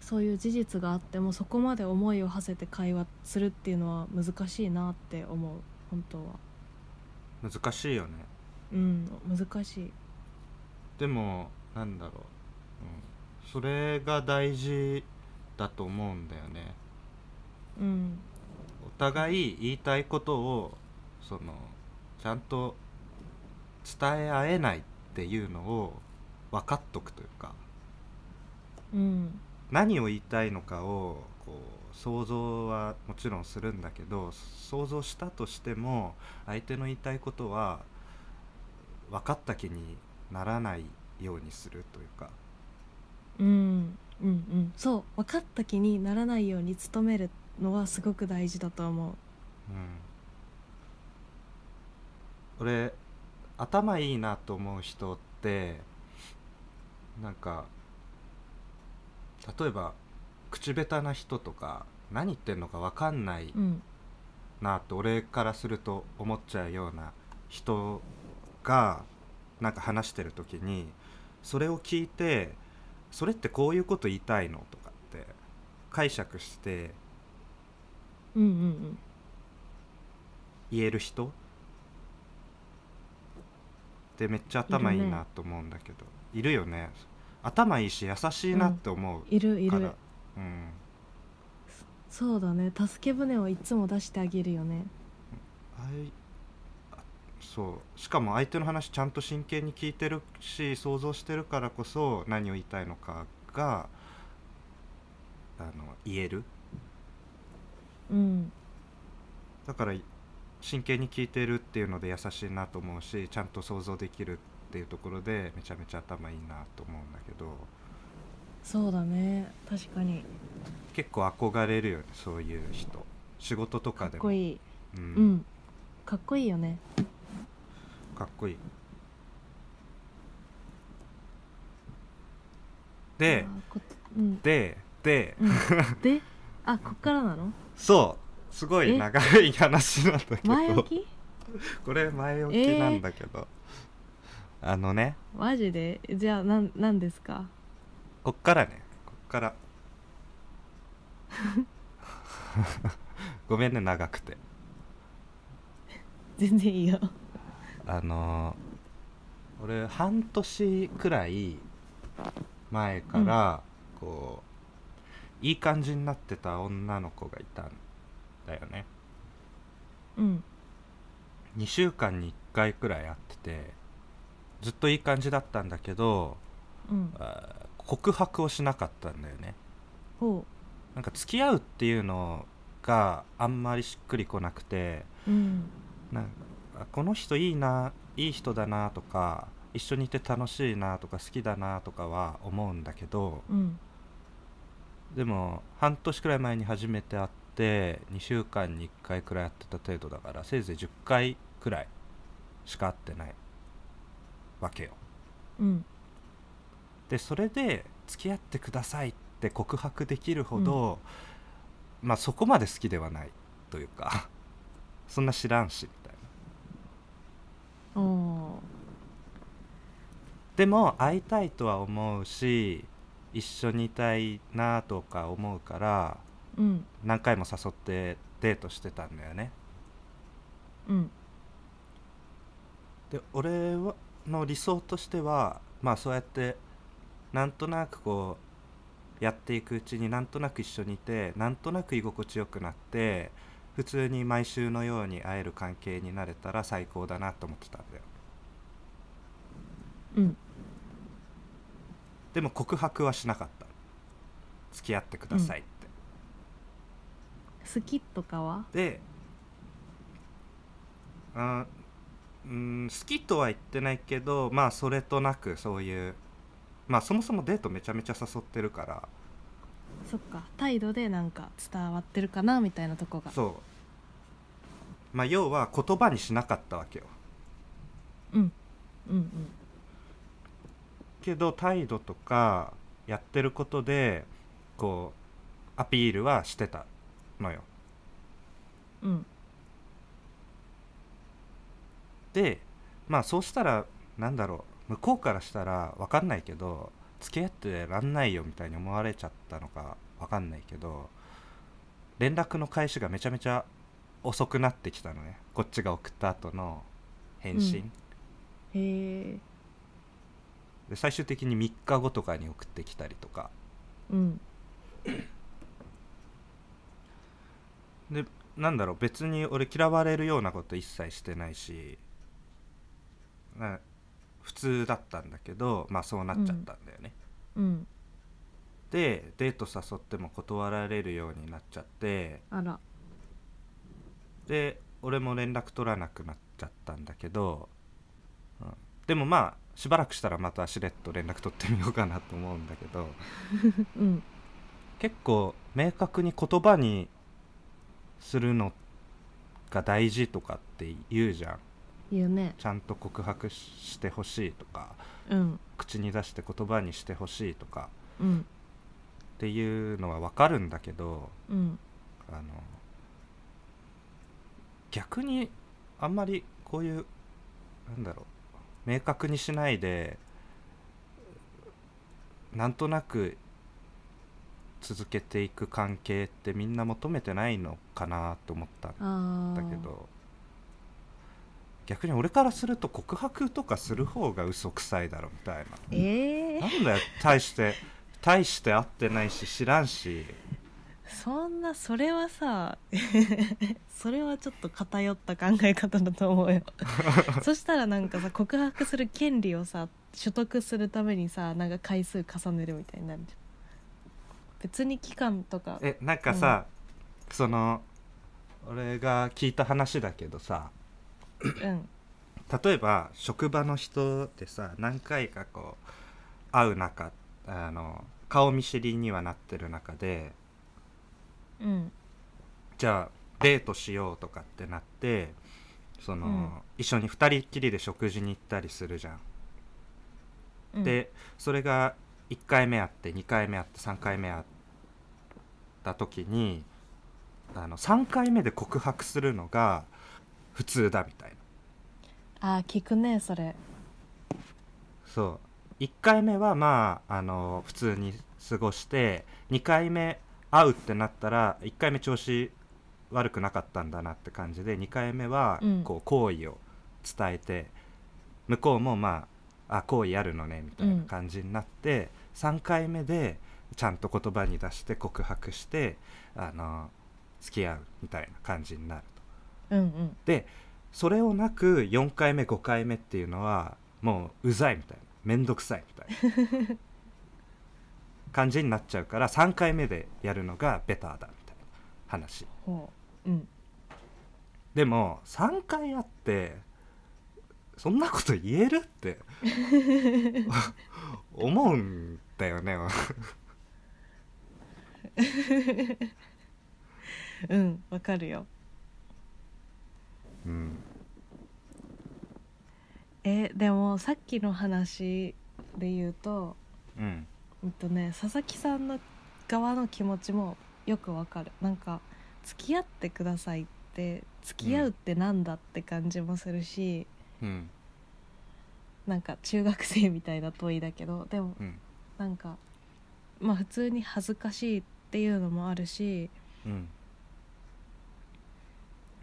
A: そういう事実があってもそこまで思いを馳せて会話するっていうのは難しいなって思う本当は
B: 難しいよね
A: うん難しい
B: でもなんだろう、うん、それが大事だと思うんだよね
A: うん
B: お互い言いたいことをそのちゃんと伝え合えないっていうのを分かっとくというか
A: うん
B: 何を言いたいのかをこう想像はもちろんするんだけど想像したとしても相手の言いたいことは分かった気にならないようにするというか
A: うんうんうんそう分かった気にならないように努めるのはすごく大事だと思う
B: うん、俺頭いいなと思う人ってなんか例えば口下手な人とか何言ってんのか分かんない
A: うん
B: なって俺からすると思っちゃうような人がなんか話してる時にそれを聞いて「それってこういうこと言いたいの?」とかって解釈して
A: うんうん
B: 言える人ってめっちゃ頭いいなと思うんだけどいる,、よね頭いいし優しいなって思う
A: うんいるい
B: から、
A: る
B: うん
A: そうだね助け舟はいつも出してあげるよね
B: あいあそうしかも相手の話ちゃんと真剣に聞いてるし想像してるからこそ何を言いたいのかがあの言える
A: うん
B: だから真剣に聞いてるっていうので優しいなと思うしちゃんと想像できるっていうところでめちゃめちゃ頭いいなと思うんだけど
A: そうだね確かに
B: 結構憧れるよねそういう人仕事と
A: か
B: か
A: っ
B: でも
A: こいい
B: うん
A: うんかっこいいよね
B: かっこいいで
A: あーこうん
B: でで、
A: うん、であこっからなの
B: そうすごい
A: え
B: 長い話なんだけ
A: 前
B: ど
A: 置き
B: これ前置きなんだけど、あのね
A: マジでじゃあなんなんですか
B: こっからねこ っからごめんね長くて
A: 全然いいよ
B: あのー俺半年くらい前からこう、いい感じになってた女の子がいたんだよね
A: うん
B: 2週間に1回くらい会っててずっといい感じだったんだけど
A: うん
B: あー告白をしなかったんだよね
A: ほ
B: なんか付き合うっていうのがあんまりしっくりこなくて
A: ううん
B: なんかあこの人いいないい人だなとか一緒にいて楽しいなとか好きだなとかは思うんだけど
A: うん
B: でも半年くらい前に初めて会って2週間に1回くらい会ってた程度だからせいぜい10回くらいしか会ってないわけよ
A: うん
B: でそれで付き合ってくださいって告白できるほど、まあそこまで好きではないというかそんな知らんしみたいな
A: お
B: でも会いたいとは思うし一緒にいたいなとか思うから
A: ーうん
B: 何回も誘ってデートしてたんだよね
A: うん
B: で俺はの理想としてはまあそうやってなんとなくこうやっていくうちになんとなく一緒にいてなんとなく居心地よくなって普通に毎週のように会える関係になれたら最高だなと思ってたんだよ
A: うん
B: でも告白はしなかった付き合ってくださいって、
A: 好きとかは
B: であうん好きとは言ってないけどまあそれとなくそういうまあそもそもデートめちゃめちゃ誘ってるから
A: そっか態度でなんか伝わってるかなみたいなとこがう,、
B: そうまあ要は言葉にしなかったわけよ
A: ん、うんうん
B: けど態度とかやってることでこうアピールはしてたのよ
A: うん
B: でまあそうしたらなんだろう向こうからしたら分かんないけど付き合ってらんないよみたいに思われちゃったのか分かんないけど連絡の開始がめちゃめちゃ遅くなってきたのねこっちが送った後の返信、
A: うんへえ
B: で最終的に3日後とかに送ってきたりとか
A: うん
B: でなんだろう別に俺嫌われるようなこと一切してないしな普通だったんだけどまあそうなっちゃったんだよね、
A: うん
B: でデート誘っても断られるようになっちゃって
A: あら
B: で俺も連絡取らなくなっちゃったんだけど、うんでもまあしばらくしたらまたしれっと連絡取ってみようかなと思うんだけど
A: うん
B: 結構明確に言葉にするのが大事とかって言うじゃん
A: 言うね
B: ちゃんと告白ししてほしいとか
A: うん
B: 口に出して言葉にしてほしいとか
A: うん
B: っていうのはわかるんだけど
A: うん
B: あの逆にあんまりこういうなんだろう明確にしないでなんとなく続けていく関係ってみんな求めてないのかなと思ったん
A: ああ
B: だけど逆に俺からすると告白とかする方が嘘くさいだろみたいな
A: ええ
B: なんだよ大して大して会ってないし知らんし
A: そんなそれはさ それはちょっと偏った考え方だと思 うよそしたらなんかさ告白する権利をさ取得するためにさなんか回数重ねるみたいになるじゃん別に期間とか
B: えなんかさ、その俺が聞いた話だけどさ
A: うん
B: 例えば職場の人でさ何回かこう会う中あの顔見知りにはなってる中で
A: うん
B: じゃあデートしようとかってなってその、
A: うん
B: 一緒に2人っきりで食事に行ったりするじゃん。
A: うん
B: でそれが1回目あって2回目あって3回目あった時にあの3回目で告白するのが普通だみたいな
A: あー聞くねそれ
B: そう1回目はまああの普通に過ごして2回目会うってなったら1回目調子悪くなかったんだなって感じで2回目は
A: うん
B: こう好意を伝えて、向こうもまああ好意あるのねみたいな感じになって、3回目でちゃんと言葉に出して告白してあの付き合うみたいな感じになると。
A: うんうん
B: でそれをなく4回目5回目っていうのはもううざいみたいな面倒くさいみたいな 感じになっちゃうから3回目でやるのがベターだみたいな話
A: ほううん
B: でも3回あってそんなこと言えるって 思うんだよね
A: うんわかるよ
B: うん
A: えでもさっきの話で言うと
B: うん
A: うんとね佐々木さんの側の気持ちもよくわかるなんか付き合ってくださいって付き合うってなんだって感じもするし、
B: うん
A: なんか中学生みたいだといいだけどでも
B: うん
A: なんかまあ普通に恥ずかしいっていうのもあるし
B: うん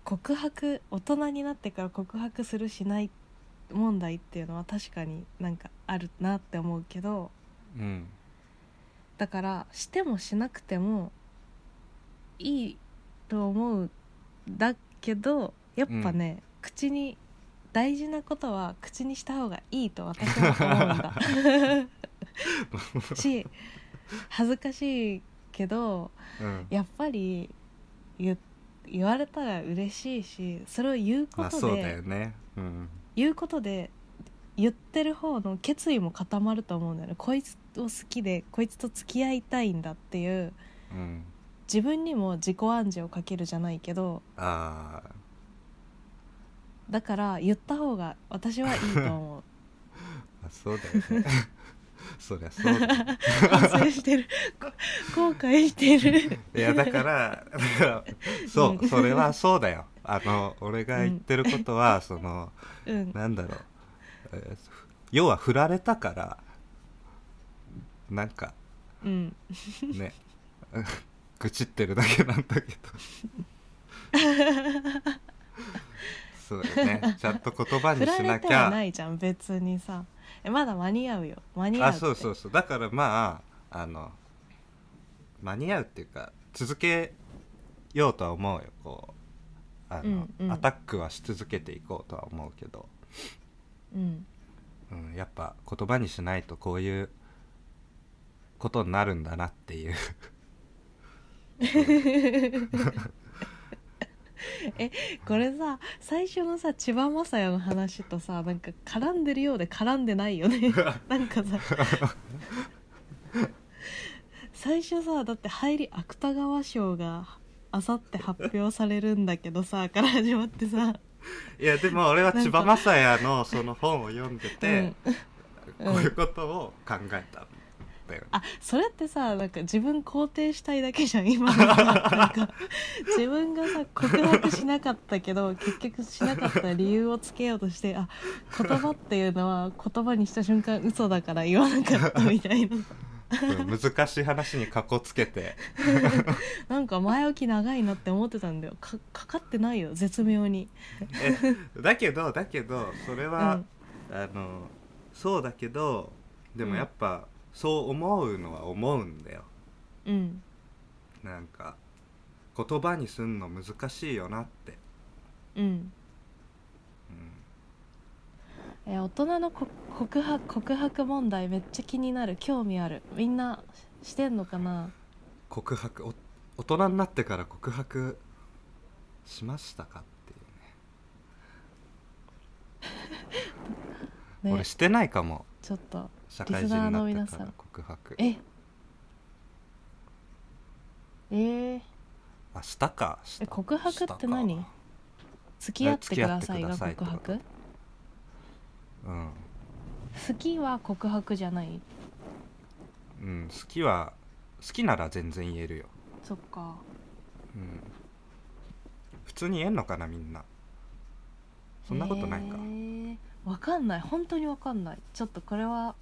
A: 告白大人になってから告白するしない問題っていうのは確かになんかあるなって思うけど
B: うん
A: だからしてもしなくてもいいと思うんだけどやっぱね、口に大事なことは口にした方がいいと私は思うんだし恥ずかしいけど
B: うん
A: やっぱり言言われたら嬉しいしそれを言うこ
B: まあ
A: と
B: そう
A: で、
B: だよねうん
A: 言うことで言ってる方の決意も固まると思うんだよねこいつを好きでこいつと付き合いたいんだっていう
B: うん
A: 自分にも自己暗示をかけるじゃないけど
B: ああ
A: だから言った方が私はいいと 思う
B: あそうだよね そりゃそうだよ
A: 反省してるこ後悔して る
B: いやだから だからそううんそれはそうだよあの俺が言ってることは、その
A: うん
B: なんだろう、えー要は振られたからなんか
A: うん
B: ね 愚痴ってるだけなん だけどそうだよねちゃんと言葉
A: 振
B: に
A: ら
B: しな
A: れて
B: き
A: は
B: ゃ
A: ないじゃん別にさえまだ間に合うよ間に合う
B: あ
A: って
B: そうそうそうだからまああの間に合うっていうか続けようとは思うよこうあの、
A: うんうん
B: アタックはし続けていこうとは思うけど、
A: うん
B: うん、やっぱ言葉にしないとこういうことになるんだなっていう
A: これさ最初のさ千葉雅也の話とさなんか絡んでるようで絡んでないよねなんかさ最初さだって入り芥川賞があさって発表されるんだけどさから始まってさ、
B: いやでも俺は
A: なんか
B: 千葉雅也のその本を読んでて、
A: うん
B: こういうことを考えたんだよね
A: あそれってさなんか自分肯定したいだけじゃん今 のさなんか自分がさ告白しなかったけど結局しなかった理由をつけようとしてあ言葉っていうのは言葉にした瞬間嘘だから言わなかったみたい な
B: うん難しい話にかこつけて
A: なんか前置き長いなって思ってたんだよかかかってないよ絶妙に
B: えだけどだけどそれは、あのそうだけどでもやっぱ、そう思うのは思うんだよ
A: うん
B: なんか言葉にすんの難しいよなって、
A: うん
B: うん、
A: え大人のこ告白告白問題めっちゃ気になる興味あるみんなししてんのかな
B: 告白お大人になってから告白しましたかっていうね
A: ね
B: 俺してないかも
A: ちょっと
B: 社会
A: リス
B: 人
A: ナー
B: に
A: の
B: なっ
A: 皆
B: て
A: さん
B: から告白
A: ええー、
B: あしたかした
A: え告白
B: した
A: っ
B: か
A: て何付き合ってください
B: え
A: が
B: 付き
A: 告
B: 合ってくださいって
A: 白
B: うん、
A: 好きは告白じゃない
B: うん、好きは好きなら全然言えるよ、
A: そっか
B: うん、普通に言えんのかなみんなそんなことないか、
A: えーわかんない本当にわかんないちょっとこれは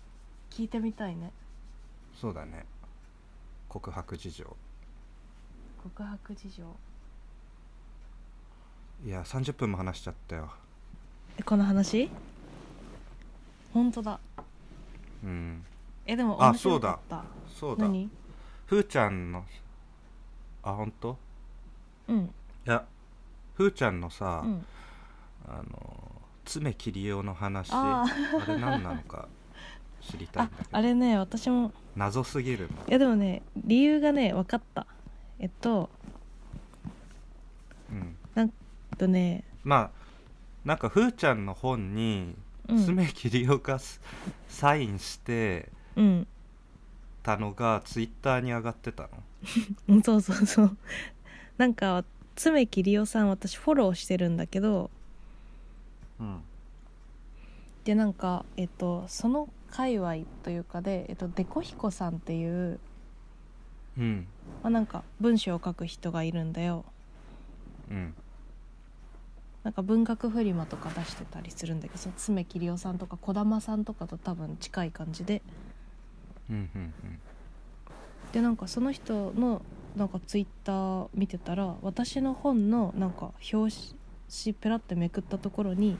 A: 聞いてみたいね
B: そうだね告白事情
A: 告白事情
B: いや30分も話しちゃったよ
A: えこの話本当だ
B: うん
A: えでも
B: あ
A: 面白かった
B: そうだ
A: 何
B: ふーちゃんのあ本当
A: うん
B: いやふーちゃんのさ、
A: うん
B: あの爪切り用の話あ
A: あ
B: れ何なのか知りたい
A: あ
B: んだけ
A: あ
B: ど
A: れね私も
B: 謎すぎる
A: いやでもね理由がね分かったえっと
B: の、うん、
A: えっとね、
B: まあなんかふーちゃんの本に
A: うん、
B: 爪切り用がすサインして
A: うん、
B: たのがツイッターに上がってたの
A: うんそうそうそう なんか爪木りおさん私フォローしてるんだけど
B: うん
A: でなんかえっとその界隈というかで、えっと、デコヒコさんっていう、
B: うん
A: まあ、なんか文章を書く人がいるんだよ
B: うん
A: なんか文学フリマとか出してたりするんだけどその爪木りおさんとか児玉さんとかと多分近い感じで
B: うんうんうん
A: でなんかその人のなんかツイッター見てたら私の本のなんか表紙ペラってめくったところに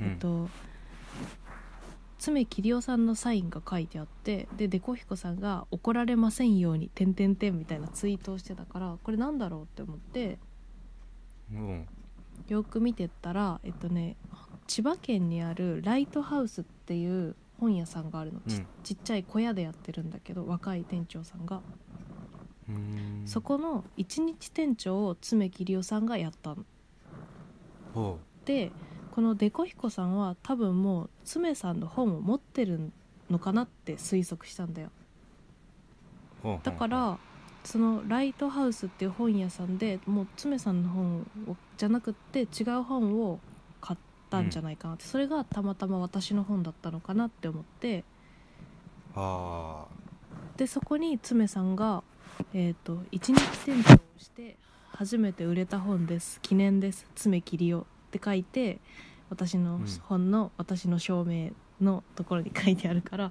B: うん
A: えっと爪桐りさんのサインが書いてあってでデコヒコさんが「怒られませんように」てんてんてんみたいなツイートをしてたからこれなんだろうって思って
B: うん
A: よく見てったらえっとね千葉県にあるライトハウスっていう本屋さんがあるの、ち
B: うん
A: ちっちゃい小屋でやってるんだけど若い店長さんが、
B: うーん
A: そこの一日店長を爪桐りさんがやったの
B: ほ
A: でこのデコヒコさんは多分もう爪さんの本を持ってるのかなって推測したんだよ
B: ほうほうほう
A: だからその「ライトハウス」っていう本屋さんでもう爪さんの本をじゃなくって違う本を買ったんじゃないかなって、それがたまたま私の本だったのかなって思って
B: あー
A: でそこに爪さんが、えーと「一日店長をして初めて売れた本です記念です爪切りを」って書いて私の
B: うん
A: 本の、私の証明のところに書いてある からっ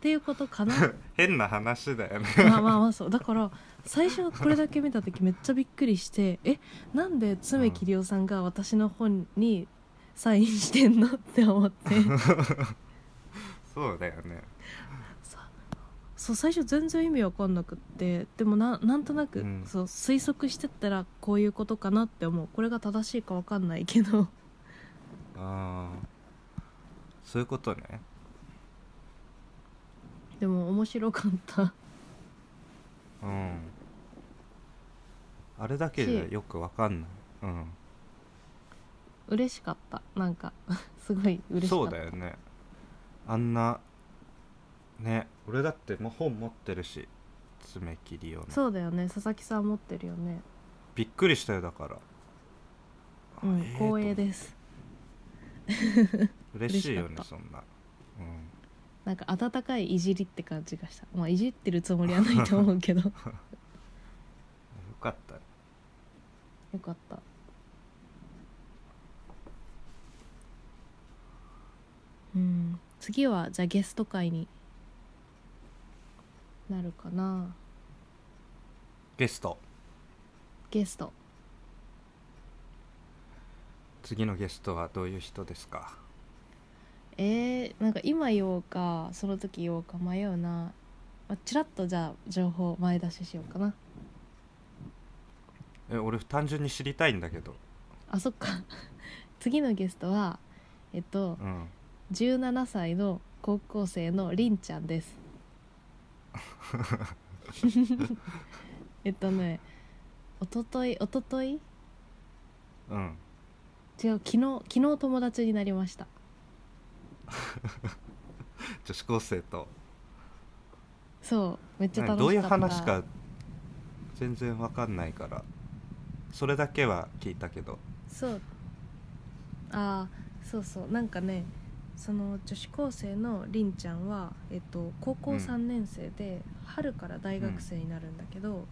A: ていうことかな
B: 変な話だよね
A: まあまあまあそうだから最初これだけ見た時めっちゃびっくりしてえなんで爪切りおさんが私の本にサインしてんのって思って。
B: そうだよね
A: さそう最初全然意味わかんなくってでもななんとなく、
B: うん
A: そう推測してったらこういうことかなって思うこれが正しいかわかんないけど
B: あーそういうことね
A: でも面白かった
B: うんあれだけでよくわかんない、うん、
A: 嬉しかったなんか すごい嬉しか
B: そ
A: っ
B: う
A: た
B: だよねあんなね俺だってもう本持ってるし爪切りをね
A: そうだよね佐々木さん持ってるよね、
B: びっくりしたよだから、
A: うん
B: えーと
A: 光栄です
B: 嬉しい
A: 嬉し
B: よね
A: かった
B: そんな、
A: なんか温かいいじりって感じがしたまあいじってるつもりはないと思うけどよ
B: うん、よかったよ
A: かったうん次はじゃあゲスト会になるかな
B: ゲスト
A: ゲスト
B: 次のゲストはどういう人ですか
A: えー、なんか今言おうかその時言おうか迷うな、まあ、ちらっとじゃあ情報前出ししようかな
B: え俺単純に知りたいんだけど、
A: あそっか 次のゲストはえっと
B: うん、
A: 17歳の高校生のりんちゃんですえっとねおとといおととい違う
B: うん、
A: 昨日昨日友達になりました
B: 女子高生と
A: そうめっちゃ楽しかった
B: どういう話か全然わかんないからそれだけは聞いたけど
A: そうあーそうそうなんかねその女子高生のりんちゃんは、えっと、高校
B: うん
A: 3年生で、春から大学生になるんだけど、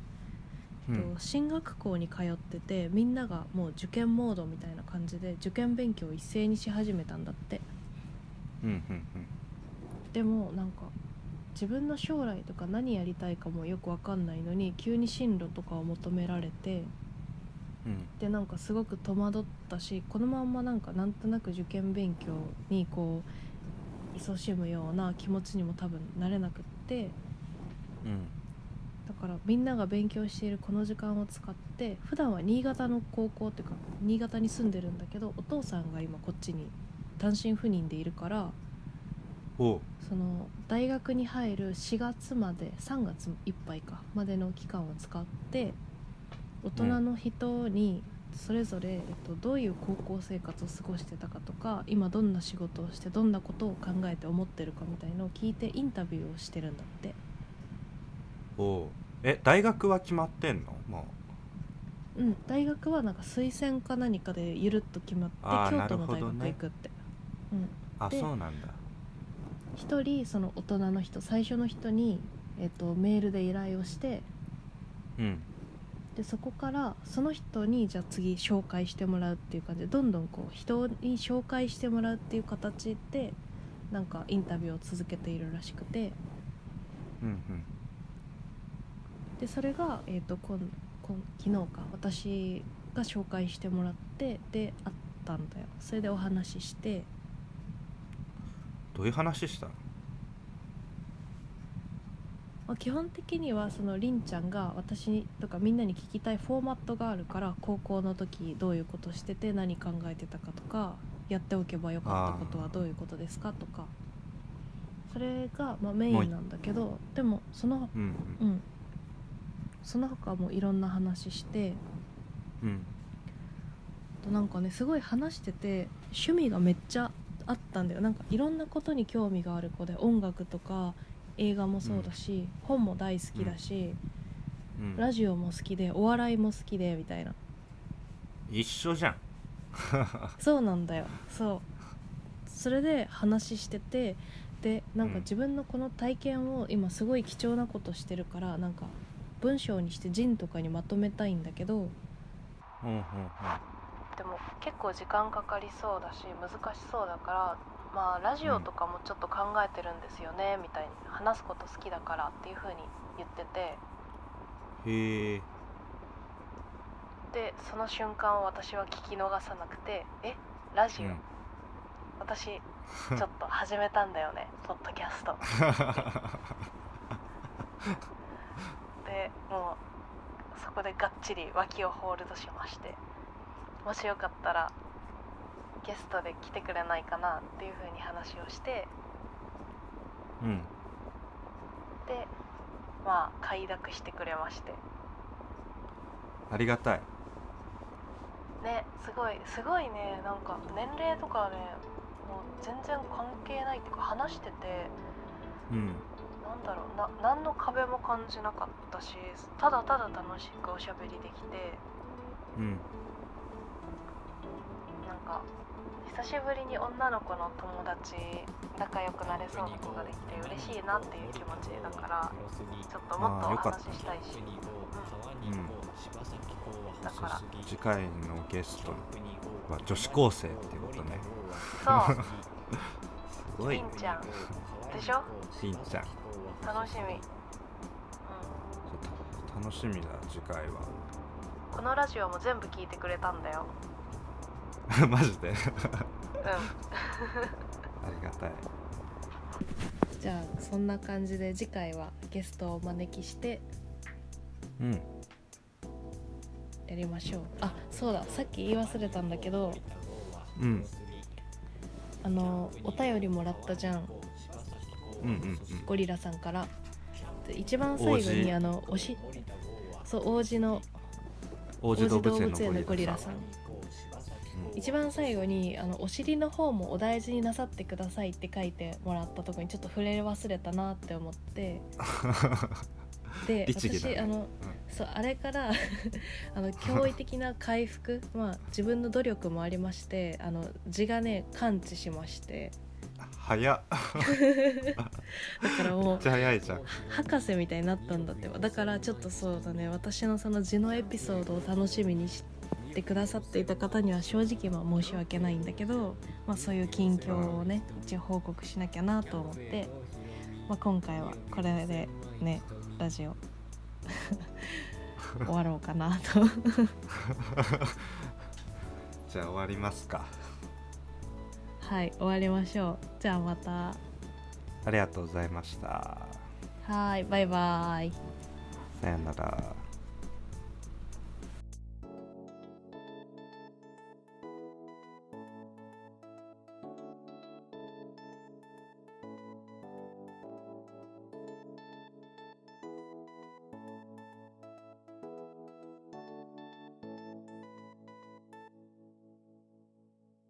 B: う
A: と
B: ん
A: 進学校に通っててみんながもう受験モードみたいな感じで受験勉強を一斉にし始めたんだって
B: うんうんうん
A: でもなんか自分の将来とか何やりたいかもよく分かんないのに急に進路とかを求められて
B: うん
A: でなんかすごく戸惑ったしこのまんまなんかなんとなく受験勉強にこう勤しむような気持ちにも多分なれなくって
B: うん
A: だからみんなが勉強しているこの時間を使って普段は新潟の高校っていうか新潟に住んでるんだけどお父さんが今こっちに単身赴任でいるから
B: おう
A: その大学に入る4月まで3月いっぱいかまでの期間を使って大人の人にそれぞれ、えっと、どういう高校生活を過ごしてたかとか今どんな仕事をしてどんなことを考えて思ってるかみたいのを聞いてインタビューをしてるんだって。
B: おうえ大学は決まってんのも
A: うん、大学はなんか推薦か何かでゆるっと決まって
B: あ
A: 京
B: ー
A: 都の
B: な
A: 大
B: るほど
A: 学
B: ね
A: 行くって、
B: うあ
A: で
B: そうなんだ
A: うん、1人その大人の人最初の人に、えっとメールで依頼をして
B: うん
A: でそこからその人にじゃあ次紹介してもらうっていう感じでどんどんこう人に紹介してもらうっていう形でなんかインタビューを続けているらしくて
B: うんうん
A: でそれが、えっと今今昨日か私が紹介してもらってで会ったんだよそれでお話しして。
B: どういう話したの
A: まあ、基本的にはそのりんちゃんが私にとかみんなに聞きたいフォーマットがあるから高校の時どういうことしてて何考えてたかとかやっておけばよかったことはどういうことですかとかそれがまあメインなんだけどでもその
B: うん
A: うんその他もいろんな話して
B: うんうん
A: となんかねすごい話してて趣味がめっちゃあったんだよなんかいろんなことに興味がある子で音楽とか映画もそうだし、本も大好きだし、
B: うん
A: ラジオも好きでお笑いも好きでみたいな
B: 一緒じゃん
A: そうなんだよそうそれで話しててでなん
B: う
A: か
B: ん
A: 自分のこの体験を今すごい貴重なことしてるからなんか文章にしてジンとかにまとめたいんだけど
B: うんうんうん
A: でも結構時間かかりそうだし難しそうだからまあラジオとかもちょっと考えてるんですよね、みたいに話すこと好きだからっていう風に言ってて
B: へえ
A: でその瞬間を私は聞き逃さなくて「えラジオ、
B: うん
A: 私ちょっと始めたんだよねポッドキャスト」でもうそこでがっちり脇をホールドしましてもしよかったらゲストで来てくれないかなっていう風に話をして
B: うん
A: でまあ快諾してくれまして
B: ありがたい
A: ねすごいすごいねなんか年齢とかねもう全然関係ないっていうか話してて
B: うん
A: なんだろうな何の壁も感じなかったしただただ楽しくおしゃべりできて
B: うん
A: なんか久しぶりに女の子の友達仲良くなれそうな子ができて嬉しいなっていう気持ちだからちょっともっと
B: あー
A: お
B: よかった
A: 話ししたいし
C: うん
A: だから
B: 次回のゲストは女子高生っていうことね
A: そう
B: すごい
A: りんちゃんでしょ
B: りんちゃん
A: 楽しみ、うん、
B: 楽しみだ次回は
A: このラジオも全部聞いてくれたんだよ
B: マジで
A: う
B: ありがたい
A: んじゃあそんな感じで次回はゲストをお招きして
B: うん
A: やりましょうあそうださっき言い忘れたんだけど
B: うん
A: あのお便りもらったじゃん
B: うんうんうん
A: ゴリラさんからで一番最後
B: 王子
A: にあのおしそう王子の
B: 王子動物園のゴ
A: ゴ
B: リ
A: リ
B: ラ
A: ラ
B: さ
A: さ
B: ん
A: ん
B: うん
A: 一番最後にあの「お尻の方もお大事になさってください」って書いてもらったとこにちょっと触れ忘れたなって思ってで
B: 律儀だね
A: 私あの、そうあれから あの驚異的な回復まあ自分の努力もありましてあの字がね完治しまして
B: 早っ
A: だからも
B: め
A: う
B: っちゃ早いじゃん
A: 博士みたいになったんだってばだからちょっとそうだね私のその字のエピソードを楽しみにしてくださっていた方には正直まあ申し訳ないんだけど、まあ、そういう近況をね一応報告しなきゃなと思って、まあ、今回はこれでねラジオ 終わろうかなと
B: じゃあ終わりますか
A: はい終わりましょうじゃあまた
B: ありがとうございました
A: はいバイバイ。
B: さよなら